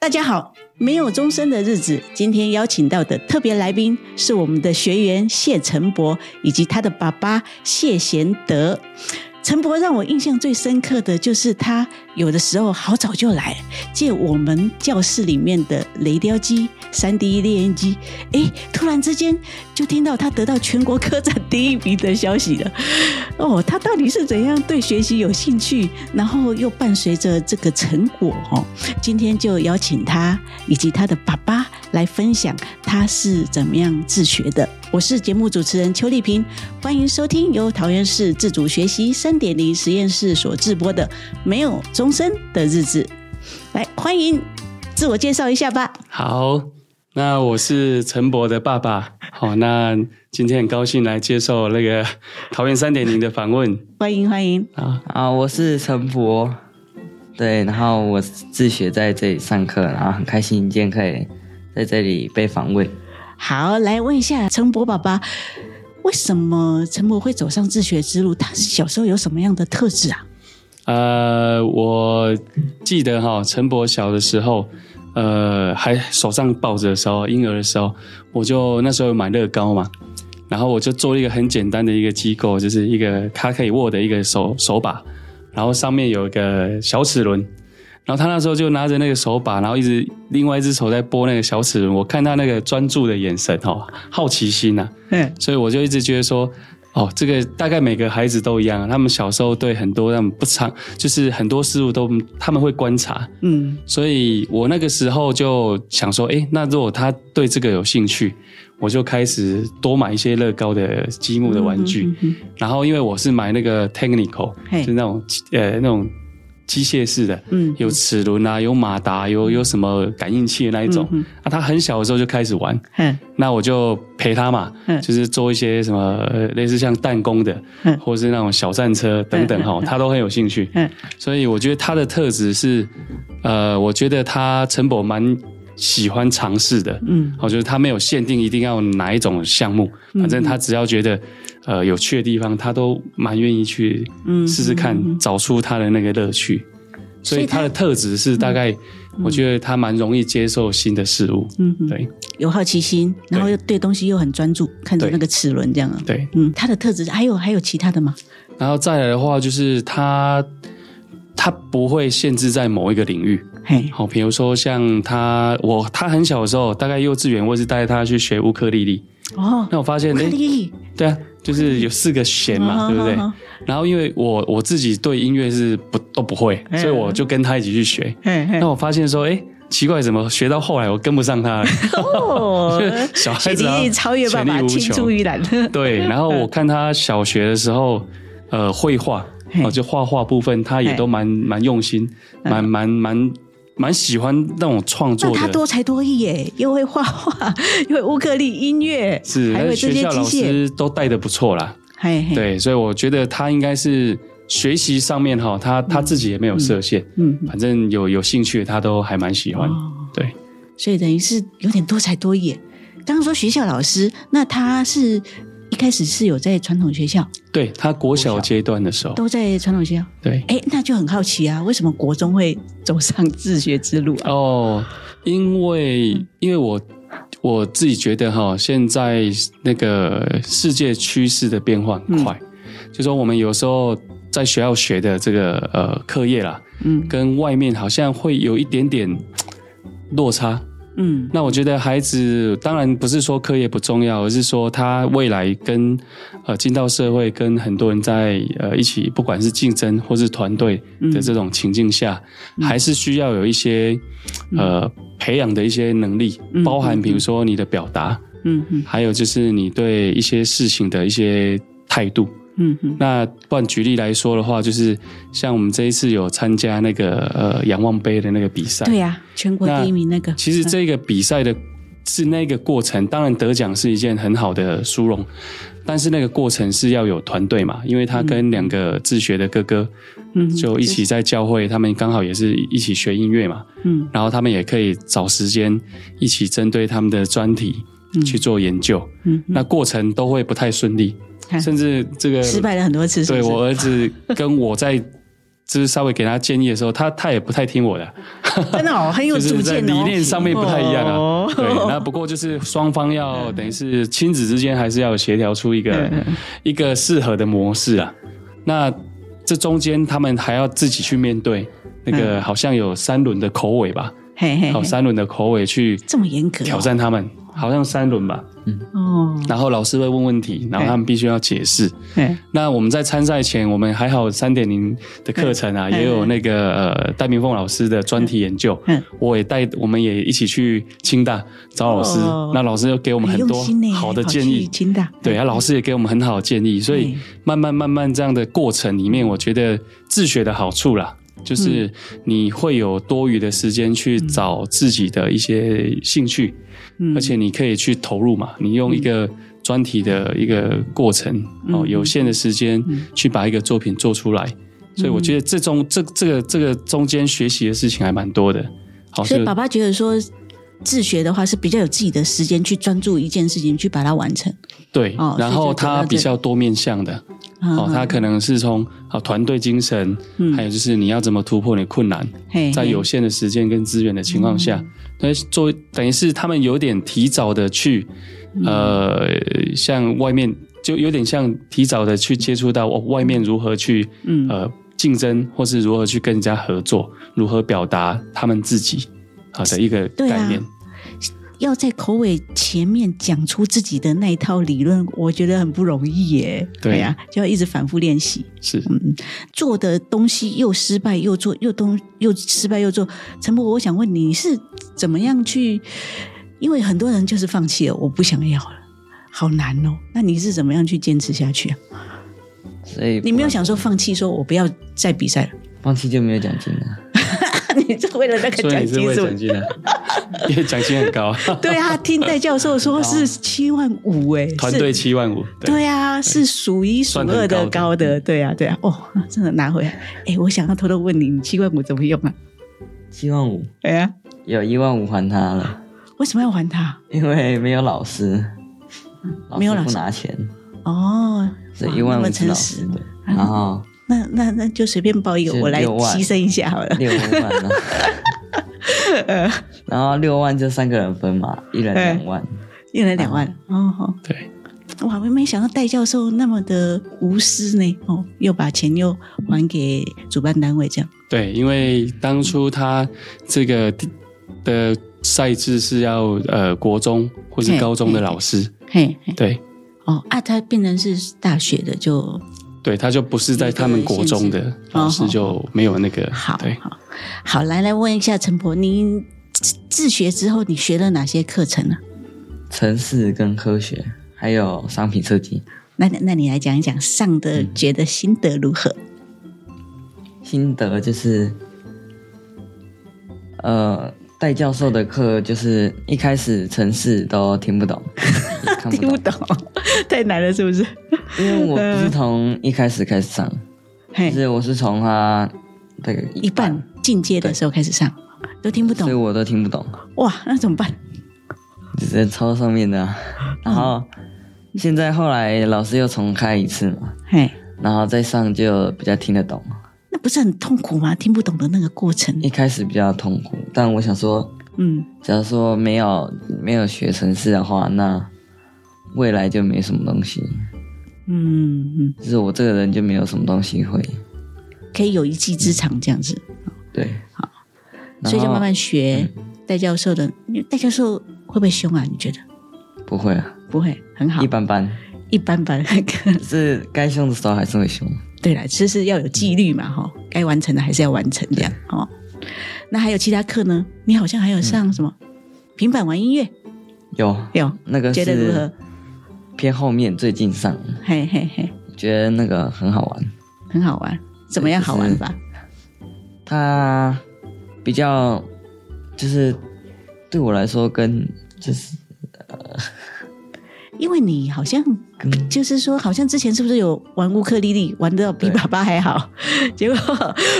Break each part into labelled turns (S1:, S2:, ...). S1: 大家好，没有钟声的日子，今天邀请到的特别来宾是我们的学员谢承博以及他的爸爸谢贤德。陈博让我印象最深刻的就是他有的时候好早就来借我们教室里面的雷雕机、三 D 猎鹰机，诶，突然之间就听到他得到全国科展第一名的消息了。哦，他到底是怎样对学习有兴趣，然后又伴随着这个成果哦？今天就邀请他以及他的爸爸来分享他是怎么样自学的。我是节目主持人邱丽萍，欢迎收听由桃园市自主学习三点零实验室所制播的《没有钟声的日子》。来，欢迎自我介绍一下吧。
S2: 好，那我是陈博的爸爸。好，那今天很高兴来接受那个桃园三点零的访问
S1: 欢迎欢迎，
S2: 啊。
S3: 啊，我是陈博，对，然后我自学在这里上课，然后很开心今天可以在这里被访问。
S1: 好，来问一下陈博爸爸，为什么陈博会走上自学之路？他小时候有什么样的特质啊？
S2: 呃，我记得哈、陈博小的时候，呃，还手上抱着的时候，婴儿的时候，我就那时候有买乐高嘛，然后我就做了一个很简单的一个机构，就是一个它可以握的一个手手把，然后上面有一个小齿轮。然后他那时候就拿着那个手把，然后一直另外一只手在拨那个小齿轮。我看他那个专注的眼神哦，好奇心呐、
S1: 嗯，
S2: 所以我就一直觉得说，哦，这个大概每个孩子都一样，啊他们小时候对很多他们不常，就是很多事物都他们会观察，
S1: 嗯，
S2: 所以我那个时候就想说，诶，那如果他对这个有兴趣，我就开始多买一些乐高的积木的玩具，
S1: 嗯嗯
S2: 然后因为我是买那个 technical，
S1: 嘿
S2: 就是那种呃那种机械式的，
S1: 嗯
S2: 有齿轮啊，有马达，有有什么感应器的那一种，
S1: 嗯
S2: 啊，他很小的时候就开始玩，
S1: 嗯
S2: 那我就陪他嘛，
S1: 嗯
S2: 就是做一些什么呃类似像弹弓的，
S1: 嗯
S2: 或是那种小战车等等哈，他都很有兴趣。
S1: 嗯
S2: 所以我觉得他的特质是，呃，我觉得他陈博蛮喜欢尝试的。
S1: 嗯
S2: 我觉得他没有限定一定要哪一种项目，反正
S1: 嗯
S2: 他只要觉得呃有趣的地方，他都蛮愿意去
S1: 嗯
S2: 试试看，
S1: 嗯
S2: 找出他的那个乐趣。所
S1: 所以
S2: 以
S1: 他
S2: 他的特质是大概，我觉得他蛮容易接受新的事物。
S1: 嗯嗯，
S2: 对
S1: 有好奇心，然后又对东西又很专注，看着那个齿轮这样啊。
S2: 对，
S1: 嗯，他的特质还有还有其他的吗？
S2: 然后再来的话，就是他他不会限制在某一个领域。
S1: 嘿，
S2: 好，比如说像他，我他很小的时候，大概幼稚园，我也是带他去学乌克丽丽。
S1: 哦，
S2: 那我发现，
S1: 克嗯
S2: 哎、
S1: 力
S2: 对啊，就是有四个弦
S1: 哦
S2: 嘛，对不对？然后因为我我自己对音乐是不都不会，
S1: 嗯
S2: 所以我就跟他一起去学。
S1: 嘿嘿
S2: 那我发现说，哎、奇怪，怎么学到后来我跟不上他了？
S1: 哦
S2: 小
S1: 学
S2: 孩子啊
S1: 历超越爸爸，
S2: 潜力无
S1: 青出
S2: 穷。
S1: 于 蓝。
S2: 对，然后我看他小学的时候，呃，绘画
S1: 嘿
S2: 哦，就画画部分，他也
S1: 嘿
S2: 都蛮蛮用心，蛮蛮蛮蛮喜欢那种创
S1: 那
S2: 作
S1: 他
S2: 的。
S1: 多才多艺耶，又会画画，又会乌克丽音乐，
S2: 是，
S1: 还
S2: 但
S1: 会
S2: 是
S1: 这
S2: 学
S1: 些
S2: 校
S1: 机
S2: 老
S1: 械，
S2: 师都带的不错啦。
S1: 嘿嘿，
S2: 对，所以我觉得他应该是学习上面哈，他他自己也没有设限，
S1: 嗯，
S2: 反正有有兴趣的他都还蛮喜欢。
S1: 哦
S2: 对，
S1: 所以等于是有点多才多艺。刚刚说学校老师，那他是一开始是有在传统学校，
S2: 对他国小阶段的时候，
S1: 都在传统学校，
S2: 对
S1: 哎，那就很好奇啊，为什么国中会走上自学之路啊？
S2: 哦，因为因为我我自己觉得哈，现在那个世界趋势的变化很快，就说我们有时候在学校学的这个呃课业啦，
S1: 嗯
S2: 跟外面好像会有一点点落差。
S1: 嗯
S2: 那我觉得孩子当然不是说课业不重要，而是说他未来跟呃进到社会，跟很多人在呃一起，不管是竞争或是团队
S1: 嗯
S2: 的这种情境下，还是需要有一些呃培养的一些能力，
S1: 嗯
S2: 包含
S1: 嗯
S2: 比如说你的表达，
S1: 嗯嗯
S2: 还有就是你对一些事情的一些态度。
S1: 嗯嗯
S2: 那不然举例来说的话，就是像我们这一次有参加那个呃仰望杯的那个比赛，
S1: 对呀、啊全国第一名那个，
S2: 其实这个比赛的是那个过程，当然得奖是一件很好的殊荣，但是那个过程是要有团队嘛，因为他跟两个自学的哥哥
S1: 嗯
S2: 就一起在教会，他们刚好也是一起学音乐嘛，
S1: 嗯
S2: 然后他们也可以找时间一起针对他们的专题去做研究，
S1: 嗯
S2: 那过程都会不太顺利，
S1: 嗯
S2: 甚至这个
S1: 失败了很多次是不
S2: 对
S1: 是，
S2: 我儿子跟我在就是稍微给他建议的时候，他他也不太听我的，
S1: 真的哦，很有
S2: 就是
S1: 主
S2: 在
S1: 见
S2: 理
S1: 哦。
S2: 念上面不太一样啊。
S1: 哦
S2: 对， 那不过就是双方要等于是亲子之间还是要有协调出一个、
S1: 嗯
S2: 一个适合的模式啊。那这中间他们还要自己去面对那个好像有三轮的口尾吧，
S1: 嘿嗯嘿，
S2: 有
S1: 嘿
S2: 三轮的口尾去
S1: 这么严格哦
S2: 挑战他们，好像三轮吧。
S1: 哦，
S2: 然后老师会问问题，然后他们必须要解释。
S1: 嘿
S2: 那我们在参赛前，我们还好三点零的课程啊，
S1: 嗯
S2: 也有那个呃戴明凤老师的专题研究，
S1: 嗯
S2: 我也带我们也一起去清大找老师，
S1: 哦哎
S2: 那老师又给我们很多
S1: 用心呢
S2: 好的
S1: 跑
S2: 建
S1: 去
S2: 议，
S1: 清大
S2: 对啊，老师也给我们很好的建议，所以
S1: 嗯
S2: 慢慢慢慢这样的过程里面，我觉得自学的好处啦。就是
S1: 嗯
S2: 你会有多余的时间去找自己的一些兴趣，
S1: 嗯
S2: 而且你可以去投入嘛，你用一个专题的一个过程、
S1: 嗯
S2: 哦，有限的时间
S1: 嗯
S2: 去把一个作品做出来，所以我觉得这中这这个这个中间学习的事情还蛮多的。好，
S1: 所以
S2: 就
S1: 爸爸觉得说。自学的话是比较有自己的时间去专注一件事情，去把它完成。
S2: 对，
S1: 哦
S2: 然
S1: 所以
S2: 后
S1: 就走到
S2: 它
S1: 这嗯
S2: 比较多面向的
S1: 啊
S2: 哦，它可能是从啊团队精神，还有就是你要怎么突破你的困难，
S1: 嘿
S2: 在
S1: 嘿
S2: 有限的时间跟资源的情况下，
S1: 嗯
S2: 那做等于是他们有点提早的去，
S1: 嗯
S2: 呃，像外面就有点像提早的去接触到哦外面如何去，
S1: 嗯
S2: 呃，竞争或是如何去跟人家合作，如何表达他们自己好的一个
S1: 对啊
S2: 概念。
S1: 要在口尾前面讲出自己的那一套理论，我觉得很不容易耶。
S2: 对
S1: 呀、就要一直反复练习。
S2: 是，
S1: 嗯，做的东西又失败又做，又东又失败又做。陈博，我想问你，你是怎么样去？因为很多人就是放弃了，我不想要了，好难哦。那你是怎么样去坚持下去啊？
S3: 所以
S1: 你没有想说放弃，说我不要再比赛了？
S3: 放弃就没有奖金了。
S1: 你是为了那个
S2: 所以
S1: 奖
S2: 你是
S1: 金
S2: 为
S1: 是不是？
S2: 奖金的，啊 因为奖金很高，
S1: 对啊，听戴教授说 是七万五哎，
S2: 啊团
S1: 是
S2: 队七万五，对
S1: 对啊，是数一数二的
S2: 算很
S1: 高
S2: 高
S1: 的，对啊，对啊，哦，真的拿回来。哎，我想要偷偷问你，你七万五怎么用啊？
S3: 七万五，
S1: 哎呀，
S3: 有一万五还他了，
S1: 为什么要还他？
S3: 因为没有老师，
S1: 没有老
S3: 不
S1: 师
S3: 拿钱，
S1: 哦，
S3: 所
S1: 哇
S3: 以一
S1: 那
S3: 万
S1: 么
S3: 五是
S1: 诚
S3: 老
S1: 实
S3: 师的。然后
S1: 那那那就随便报一个，
S3: 是
S1: 我来
S3: 六万
S1: 牺牲一下好了。
S3: 六万 呢？然后六万就三个人分嘛，一人两万。
S1: 一人两万，哦哦，
S2: 对，
S1: 哇，我没想到戴教授那么的无私呢，哦，又把钱又还给主办单位，这样，
S2: 对，因为当初他这个地的赛制是要呃国中或是高中的老师，
S1: 嘿，嘿
S2: 对
S1: 哦啊，他变成是大学的就
S2: 对，他就不是在他们国中的老师就没有那个
S1: 好
S2: 对。
S1: 好好，来来问一下陈婆，您自自学之后你学了哪些课程啊呢、
S3: 城市跟科学，还有商品设计。
S1: 那那你来讲一讲上的觉得心得如何？
S3: 心得就是，呃，戴教授的课就是一开始城市都听不懂， 也看
S1: 听
S3: 嗯不
S1: 不
S3: 懂，
S1: 懂，太难了，是不是？
S3: 因为我不是从一开始开始上，就
S1: 嘿，
S3: 是我是从他这个
S1: 嗯一半进阶的时候开始上，都听不
S3: 所以
S1: 懂，
S3: 我都听不懂，
S1: 哇，那怎么办？
S3: 只是抄上面的啊、
S1: 嗯
S3: 然后现在后来老师又重开一次嘛，
S1: 嘿，
S3: 然后再上就比较听得懂，
S1: 那不是很痛苦吗？听不懂的那个过程，
S3: 一开始比较痛苦，但我想说，
S1: 嗯，
S3: 假如说没有没有学城市的话，那未来就没什么东西。
S1: 嗯嗯，
S3: 就是我这个人就没有什么东西会，
S1: 可以有一技之长这样子，
S3: 对，嗯然后嗯
S1: 所以就慢慢学戴教授的。戴教授会不会凶啊？你觉得？
S3: 不会啊，
S1: 不会，很好
S3: 一，般般，
S1: 一般般。
S3: 只是该凶的时候还是会凶。
S1: 对了，就是要有纪律
S3: 嗯
S1: 嘛，哈、该完成的还是要完成这样哦。那还有其他课呢？你好像还有上什么、平板玩音乐？
S3: 有
S1: 有，
S3: 那个
S1: 觉得如何
S3: 嗯是？偏后面最近上，
S1: 嘿嘿嘿，
S3: 觉得那个很好玩，
S1: 很好玩，怎么样好玩法？
S3: 它比较就是对我来说跟就是
S1: 因为你好像
S3: 嗯
S1: 就是说，好像之前是不是有玩乌克丽丽，玩的比
S3: 对
S1: 爸爸还好？ 结果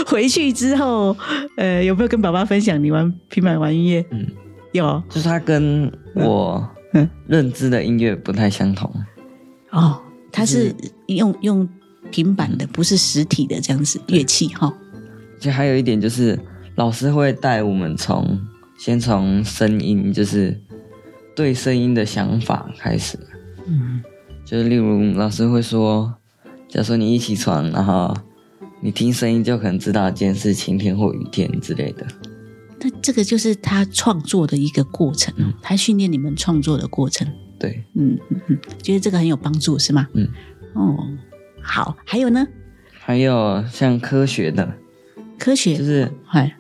S1: 回去之后，呃，有没有跟爸爸分享你玩平板玩音乐？嗯
S3: 嗯，
S1: 有
S3: 就是它跟我
S1: 嗯
S3: 认知的音乐不太相同，
S1: 哦，他是用
S3: 嗯
S1: 用平板的，不是实体的这样子乐器哈。
S3: 就还有一点就是老师会带我们从先从声音，就是对声音的想法开始。
S1: 嗯
S3: 就是例如老师会说，假如说你一起床，然后你听声音就可能知道今天是晴天或雨天之类的。
S1: 那这个就是他创作的一个过程
S3: 嗯
S1: 哦，他训练你们创作的过程。
S3: 对，
S1: 嗯嗯嗯，觉得这个很有帮助是吗？
S3: 嗯，
S1: 哦，好，还有呢，
S3: 还有像科学的，
S1: 科学
S3: 就是
S1: 哎，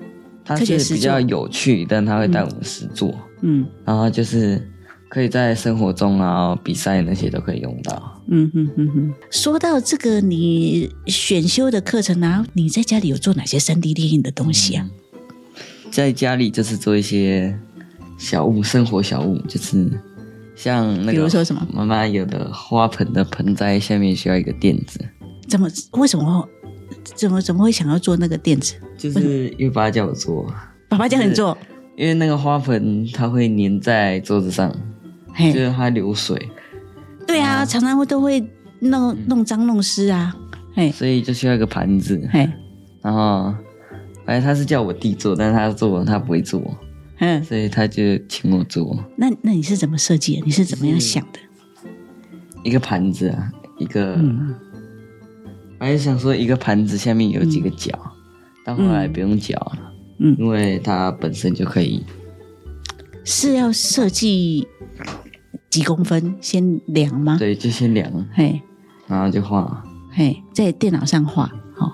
S3: 它
S1: 科学
S3: 是
S1: 实
S3: 比较
S1: 作
S3: 有趣，但它会带我们实做，
S1: 嗯
S3: 然后就是可以在生活中啊、比赛那些都可以用到。
S1: 嗯嗯嗯嗯。说到这个，你选修的课程啊，你在家里有做哪些三 D 列印的东西啊？
S3: 嗯在家里就是做一些小物，生活小物，就是像那个，
S1: 比如说什么
S3: 妈妈有的花盆的盆栽下面需要一个垫子，
S1: 怎么为什么怎么怎么会想要做那个垫子？
S3: 就是
S1: 嗯
S3: 因为爸爸叫我做。
S1: 爸爸叫你做，
S3: 因为那个花盆它会粘在桌子上，就
S1: 嘿，
S3: 是它流水，
S1: 对啊，常常会都会弄
S3: 嗯
S1: 弄脏弄湿啊，嘿，
S3: 所以就需要一个盘子。
S1: 嘿，
S3: 然后，反正他是叫我弟做，但是他做他不会做，
S1: 嗯，
S3: 所以他就请我做
S1: 那那你是怎么设计的？你是怎么样想的？
S3: 一个盘子啊，一个，
S1: 嗯
S3: 反正想说一个盘子下面有几个角，但后来不用角了，
S1: 嗯
S3: 因为它本身就可以，
S1: 是要设计几公分先量吗？
S3: 对，就先量，
S1: 嘿，
S3: 然后就画。
S1: 嘿，在电脑上画，好、哦，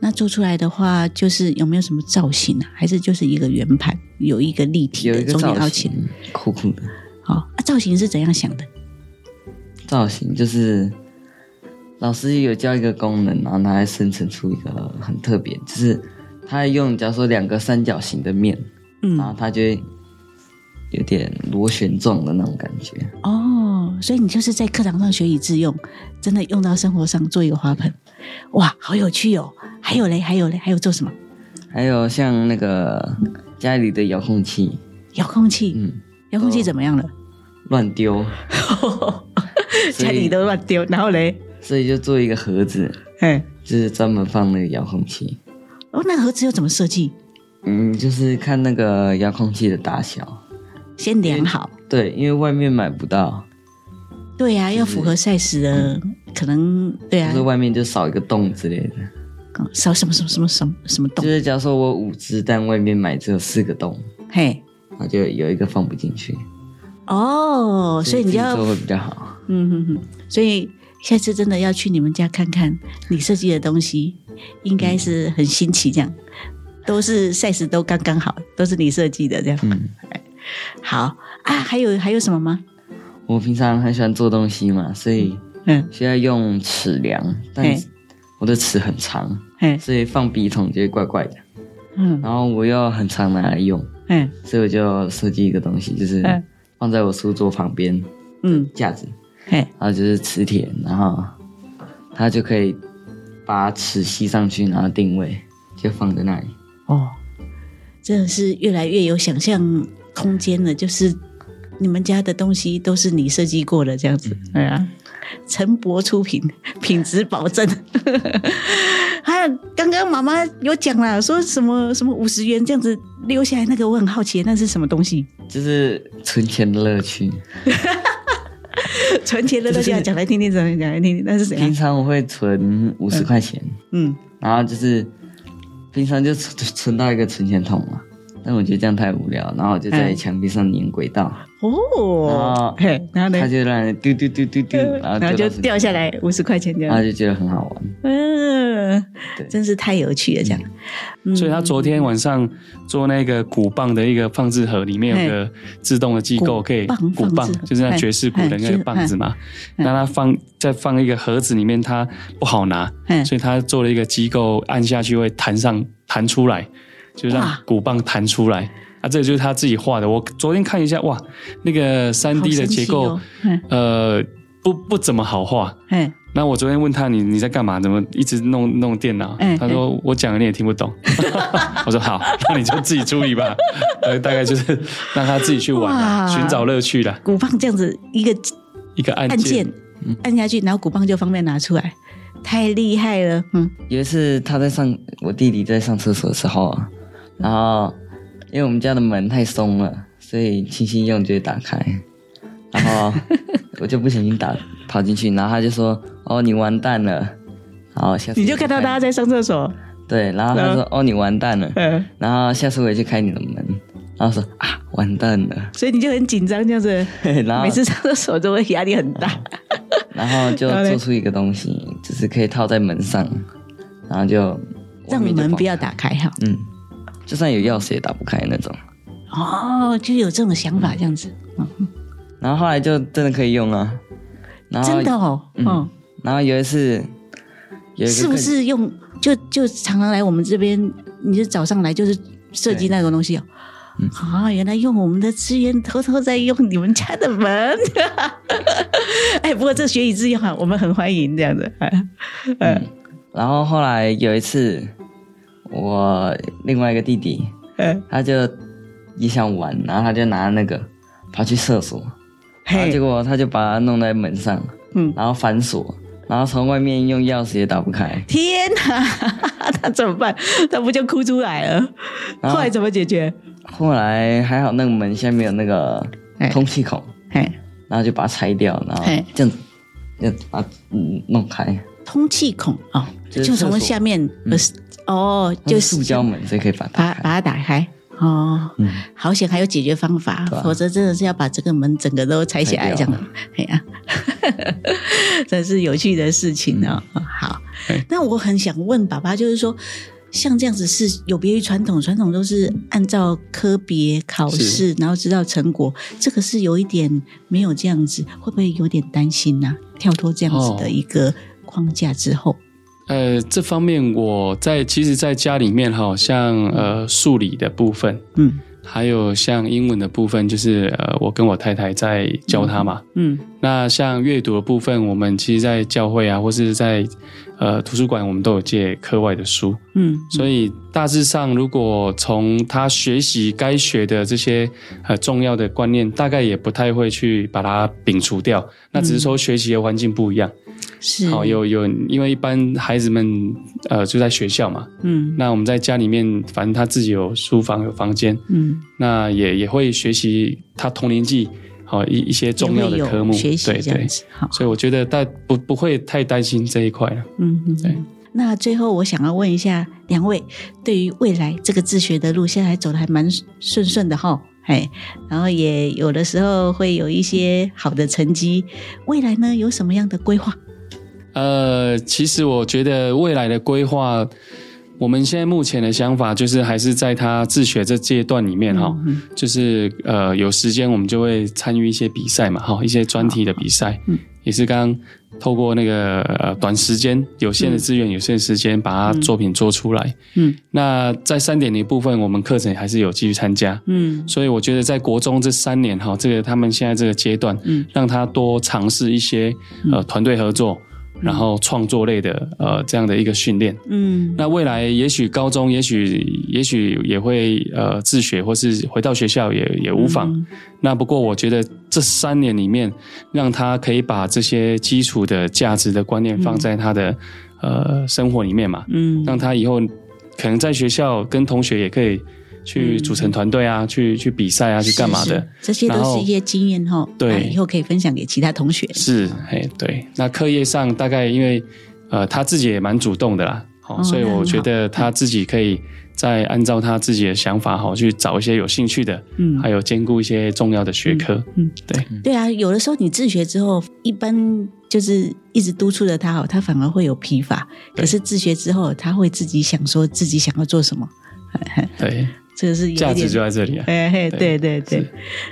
S1: 那做出来的话，就是有没有什么造型啊？还是就是一个圆盘，有一个立体
S3: 有
S1: 的
S3: 一个
S1: 中间
S3: 造
S1: 凹起来？
S3: 型，酷酷的
S1: 好、啊，造型是怎样想的？
S3: 造型，就是老师有教一个功能，然后它会生成出一个很特别，就是它用假如说两个三角形的面，然后
S1: 嗯，
S3: 它就会有点螺旋状的那种感觉。
S1: 哦，所以你就是在课堂上学以致用，真的用到生活上做一个花盆，哇，好有趣哦！还有嘞，还有嘞，还有做什么？
S3: 还有像那个家里的遥控器，
S1: 遥控器，
S3: 嗯，
S1: 遥控器怎么样了？
S3: 乱丢， 所以
S1: 家里都乱丢，然后嘞，
S3: 所以就做一个盒子，
S1: 哎，
S3: 就是专门放那个遥控器。
S1: 哦，那盒子又怎么设计？
S3: 嗯，就是看那个遥控器的大小。
S1: 先量好，
S3: 对，因为外面买不到，
S1: 对呀、要符合 size 的，可能对啊
S3: 就是，外面就少一个洞之类的。
S1: 少什么什么什么什么什么
S3: 就
S1: 洞，
S3: 是假如说我五只，但外面买只有四个洞，
S1: 嘿，
S3: 然后就有一个放不进去，
S1: 哦，所以你就要
S3: 自己做，会比较好。
S1: 嗯哼哼，所以下次真的要去你们家看看，你设计的东西应该是很新奇，这样，都是 size 都刚刚好，都是你设计的这样，
S3: 嗯，
S1: 好啊，还有还有什么吗？
S3: 我平常很喜欢做东西嘛，所以
S1: 嗯，
S3: 需要用尺量，但
S1: 嘿
S3: 我的尺很长，
S1: 嘿，
S3: 所以放笔筒就会怪怪的。
S1: 嗯
S3: 然后我又很常拿来用，
S1: 嗯
S3: 所以我就设计一个东西，就是
S1: 嗯
S3: 放在我书桌旁边
S1: 嗯，
S3: 架子，
S1: 嘿，
S3: 然后就是磁铁，然后它就可以把尺吸上去，然后定位就放在那里。
S1: 哦，真的是越来越有想象空间了，就是你们家的东西都是你设计过的这样子，对啊，陈博出品，品质保证。 还有刚刚妈妈有讲了，说什么什么五十元这样子溜下来，那个我很好奇，那是什么东西？
S3: 就是存钱的乐趣。
S1: 存钱的东西啊，讲来听听，讲来讲来听听，那是怎啊
S3: 平
S1: 样？
S3: 常我会存五十块钱，
S1: 嗯，
S3: 然后就是平常就存存到一个存钱筒嘛。但我觉得这样太无聊，然后我就在
S1: 嗯
S3: 墙壁上粘轨道，
S1: 哦
S3: 哦，
S1: 嘿，然后呢？
S3: 它
S1: 嗯
S3: 就让人丢丢丢丢丢，然后
S1: 然后就
S3: 丢到存
S1: 掉下来五十块钱这
S3: 钱筒，然后
S1: 样，
S3: 就觉得很好玩。
S1: 嗯，
S3: 对
S1: 真是太有趣了，这样。
S2: 所以他昨天晚上做那个鼓棒的一个放置盒，里面有个自动的机构
S1: 鼓棒
S2: 可以
S1: 放置
S2: 鼓棒，就是那爵士鼓的那个棒子嘛。
S1: 嗯
S2: 那他放再放一个盒子里面，它不好拿，
S1: 嗯
S2: 所以他做了一个机构，按下去会弹上弹出来，就让
S1: 哇
S2: 鼓棒弹出来。啊，这个就是他自己画的。我昨天看一下，哇，那个三 D 的结构，
S1: 好神奇哦
S2: 呃，不不怎么好画。
S1: 嗯，
S2: 那我昨天问他你你在干嘛？怎么一直弄弄电脑？
S1: 嗯
S2: 他说我讲了你也听不懂。 我说好， 那你就自己处理吧。呃，大概就是让他自己去玩
S1: 哇
S2: 啦，寻找乐趣啦。
S1: 鼓棒这样子一个
S2: 一个按
S1: 按
S2: 键，嗯
S1: 键按下去，然后鼓棒就方便拿出来，太厉害了，嗯
S3: 有一次他在上，我弟弟在上厕所的时候啊，然后因为我们家的门太松了，所以轻轻用就会打开，然后我就不小心打跑进去，然后他就说：“哦，你完蛋了。”好，下次
S1: 你就看到大家在上厕所，
S3: 对，然后他说：“哦，你完蛋了。
S1: 嗯，”
S3: 然后下次我也去开你的门，然后说：“啊，完蛋了。
S1: 所以你就很紧张这样子，”
S3: 然
S2: 啊
S3: 后
S1: 每次上厕所都会压力很大。
S3: 然后就做出一个东西，就是可以套在门上，然后就
S2: 嗯
S1: 让门不要，打开哈。
S3: 嗯，就算有钥匙也打不开那种。
S1: 哦，就有这种想法这样子，
S3: 然后后来就真的可以用啊，然后
S1: 真的哦，嗯，
S3: 然后有一次，有一个
S1: 是不
S3: 更
S1: 是用就就常常来我们这边，你就早上来就是设计那个东西哦。
S3: 嗯
S1: 啊，原来用我们的资源偷偷在用你们家的门， 哎，不过这学以致用啊，我们很欢迎这样子。哎
S3: 然后后来有一次，我另外一个弟弟
S1: 哎
S3: 他就也想玩，然后他就拿那个跑去厕所，然后结
S1: 嘿，
S3: 果他就把它弄在门上，
S1: 嗯
S3: 然后反锁，然后从外面用钥匙也打不开，
S1: 天哪， 他怎么办？他不就哭出来了？
S3: 然后
S1: 后来怎么解决？
S3: 后来还好那个门下面有那个
S1: 哎
S3: 通气孔，
S1: 哎，
S3: 然后就把它拆掉，然后
S1: 哎
S3: 这样子，这样子把它嗯弄开，
S1: 通气孔哦，
S3: 就
S1: 就是
S3: 厕所
S1: 从下面、呃哦，
S3: 就
S1: 就是
S3: 塑胶门，所以可以把它
S1: 把把
S3: 打
S1: 它
S3: 开。
S1: 打开哦。
S3: 哎嗯
S1: 好险还有解决方法，
S3: 对啊
S1: 否则真的是要把这个门整个都拆下来，
S3: 拆
S1: 这
S3: 掉
S1: 样，哎呀， 真是有趣的事情哦。好，那我很想问爸爸，就是说。像这样子是有别于传统，传统都是按照科别考试，然后知道成果。这个是有一点没有这样子，会不会有点担心呢、啊跳脱这样子的
S2: 哦
S1: 一个框架之后，
S2: 呃，这方面我在其实，在家里面好像呃数理的部分，
S1: 嗯
S2: 还有像英文的部分，就是呃我跟我太太在教他嘛。
S1: 嗯
S2: 那像阅读的部分，我们其实，在教会啊，或是在呃图书馆，我们都有借课外的书。
S1: 嗯，
S2: 所以大致上，如果从他学习该学的这些呃重要的观念，大概也不太会去把它摒除掉。那只是
S1: 嗯
S2: 说学习的环境不一样。
S1: 是
S2: 好，有有，因为一般孩子们呃就在学校嘛，
S1: 嗯
S2: 那我们在家里面，反正他自己有书房有房间，
S1: 嗯
S2: 那也也会学习他同年纪好、一一些重要的
S1: 也会有
S2: 科目，
S1: 学习
S2: 对
S1: 这样
S2: 对。
S1: 子。好，
S2: 所以我觉得大不不会太担心这一块啊了。
S1: 嗯嗯，
S2: 对
S1: 嗯。那最后我想要问一下两位，对于未来这个自学的路，现在还走的还蛮顺顺的哈，哎，然后也有的时候会有一些好的成绩，未来呢有什么样的规划？
S2: 呃，其实我觉得未来的规划，我们现在目前的想法就是还是在他自学这阶段里面哈、
S1: 嗯
S2: 就是呃有时间我们就会参与一些比赛嘛哈、一些专题的比赛，
S1: 嗯
S2: 也是刚刚透过那个呃短时间有限的资源、有限时间把它作品做出来。
S1: 嗯
S2: 那在三点零部分，我们课程还是有继续参加。
S1: 嗯
S2: 所以我觉得在国中这三年哈，这个他们现在这个阶段，
S1: 嗯，
S2: 让他多尝试一些呃团队合作，然后创作类的呃这样的一个训练。
S1: 嗯
S2: 那未来也许高中，也许也许也会呃自学，或是回到学校也也无妨。
S1: 嗯
S2: 那不过我觉得这三年里面，让他可以把这些基础的价值的观念放在他的、呃生活里面嘛，
S1: 嗯
S2: 让他以后可能在学校跟同学也可以去组成团队啊，去去比赛啊，去干嘛
S1: 是
S2: 的。
S1: 是这些
S2: 然
S1: 都
S2: 后
S1: 是一些经验哈，
S2: 对
S1: 啊以后可以分享给其他同学。
S2: 是，哎，对。那课业上大概因为呃他自己也蛮主动的啦，好、
S1: 哦
S2: 所以
S1: 那很
S2: 我觉
S1: 好
S2: 得他自己可以再按照他自己的想法，好、去找一些有兴趣的，
S1: 嗯
S2: 还有兼顾一些重要的学科，
S1: 嗯
S2: 对，
S1: 对啊，有的时候你自学之后，一般就是一直督促着他哦，他反而会有疲乏。
S2: 对
S1: 可是自学之后，他会自己想说自己想要做什么，
S2: 对，
S1: 这个是有一
S2: 价
S1: 点
S2: 值就在这里啊。
S1: 哎嘿，对对对
S2: 是。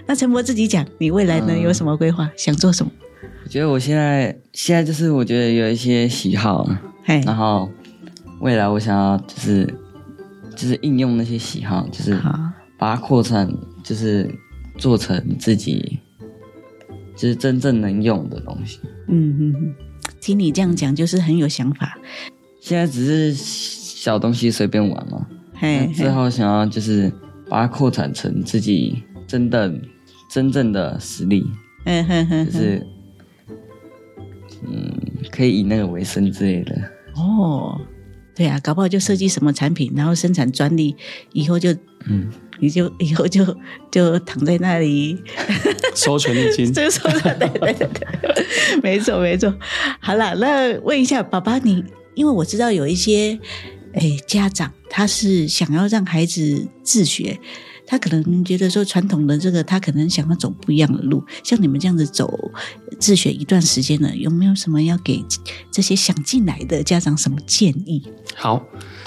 S1: 那陈博自己讲，你未来呢
S3: 嗯
S1: 有什么规划？想做什么？
S3: 我觉得我现在现在就是我觉得有一些喜好，
S1: 哎，
S3: 然后未来我想要就是就是应用那些喜好，就是
S1: 好，
S3: 把它扩散，就是做成自己就是真正能用的东西。
S1: 嗯嗯嗯，听你这样讲就是很有想法。
S3: 现在只是小东西随便玩嘛，
S1: 嘿，嘿
S3: 之后想要就是把它扩展成自己真的真正的实力，
S1: 嗯哼哼
S3: 就
S1: 哼，
S3: 是嗯嗯可以以那个为生之类的。
S1: 哦，对啊，搞不好就设计什么产品，然后生产专利，以后就嗯，你就以后就就躺在那里，
S2: 收存一 金，
S1: 这说的对对对对，没错没错。好了，那问一下爸爸你，因为我知道有一些诶、家长他是想要让孩子自学。他可能觉得说传统的这个，他可能想要走不一样的路，像你们这样子走自学一段时间了，有没有什么要给这些想进来的家长什么建议？
S2: 好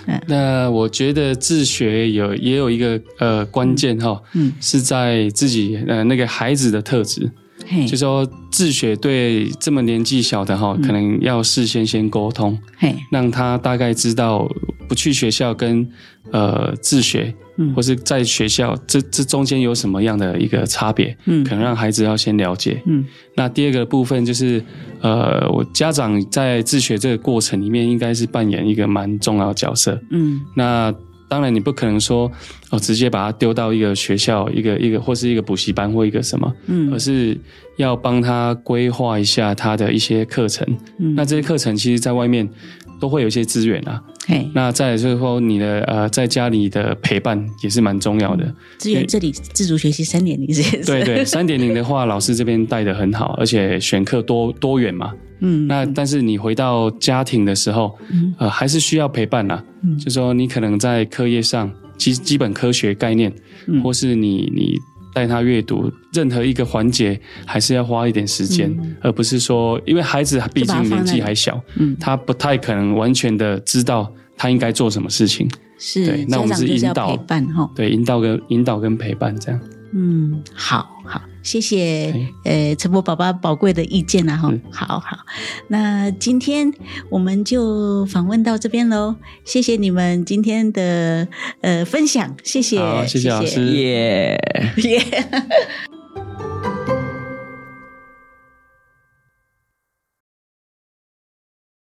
S1: 嗯，
S2: 那我觉得自学有也有一个呃关键哈，
S1: 嗯，
S2: 是在自己呃那个孩子的特质，
S1: 嘿，
S2: 就说自学对这么年纪小的哈，
S1: 嗯
S2: 可能要事先先沟通，
S1: 嘿，
S2: 让他大概知道不去学校跟呃自学
S1: 嗯
S2: 或是在学校这这中间有什么样的一个差别，
S1: 嗯
S2: 可能让孩子要先了解，
S1: 嗯
S2: 那第二个部分就是，呃，我家长在自学这个过程里面，应该是扮演一个蛮重要的角色。
S1: 嗯
S2: 那当然，你不可能说哦，直接把他丢到一个学校、一个一个或是一个补习班或一个什么，
S1: 嗯
S2: 而是要帮他规划一下他的一些课程。
S1: 嗯，
S2: 那这些课程其实在外面都会有一些资源啊。
S1: 嘿，
S2: 那再来就是说，你的呃，在家里的陪伴也是蛮重要的。
S1: 支援这里自主学习三点零，是
S2: 对对，三点零的话，老师这边带的很好，而且选课多多元嘛。
S1: 嗯，
S2: 那但是你回到家庭的时候，
S1: 嗯
S2: 呃，还是需要陪伴啦。
S1: 嗯
S2: 就说你可能在课业上基基本科学概念，
S1: 嗯
S2: 或是你你带他阅读任何一个环节，还是要花一点时间，而不是说，因为孩子
S1: 嗯
S2: 毕
S1: 就把他
S2: 竟
S1: 放
S2: 年纪
S1: 在
S2: 还小，
S1: 嗯
S2: 他不太可能完全的知道他应该做什么事情。
S1: 是
S2: 对那
S1: 家
S2: 我们
S1: 长
S2: 是
S1: 就是要
S2: 引导
S1: 陪伴哈，
S2: 对，引导跟引导跟陪伴这样。
S1: 嗯，好好，谢谢呃陈博宝宝宝贵的意见啦、啊哈
S2: 哎嗯，
S1: 好好，那今天我们就访问到这边喽，谢谢你们今天的呃分享，谢谢，
S2: 好谢谢老师
S3: 耶、
S1: 耶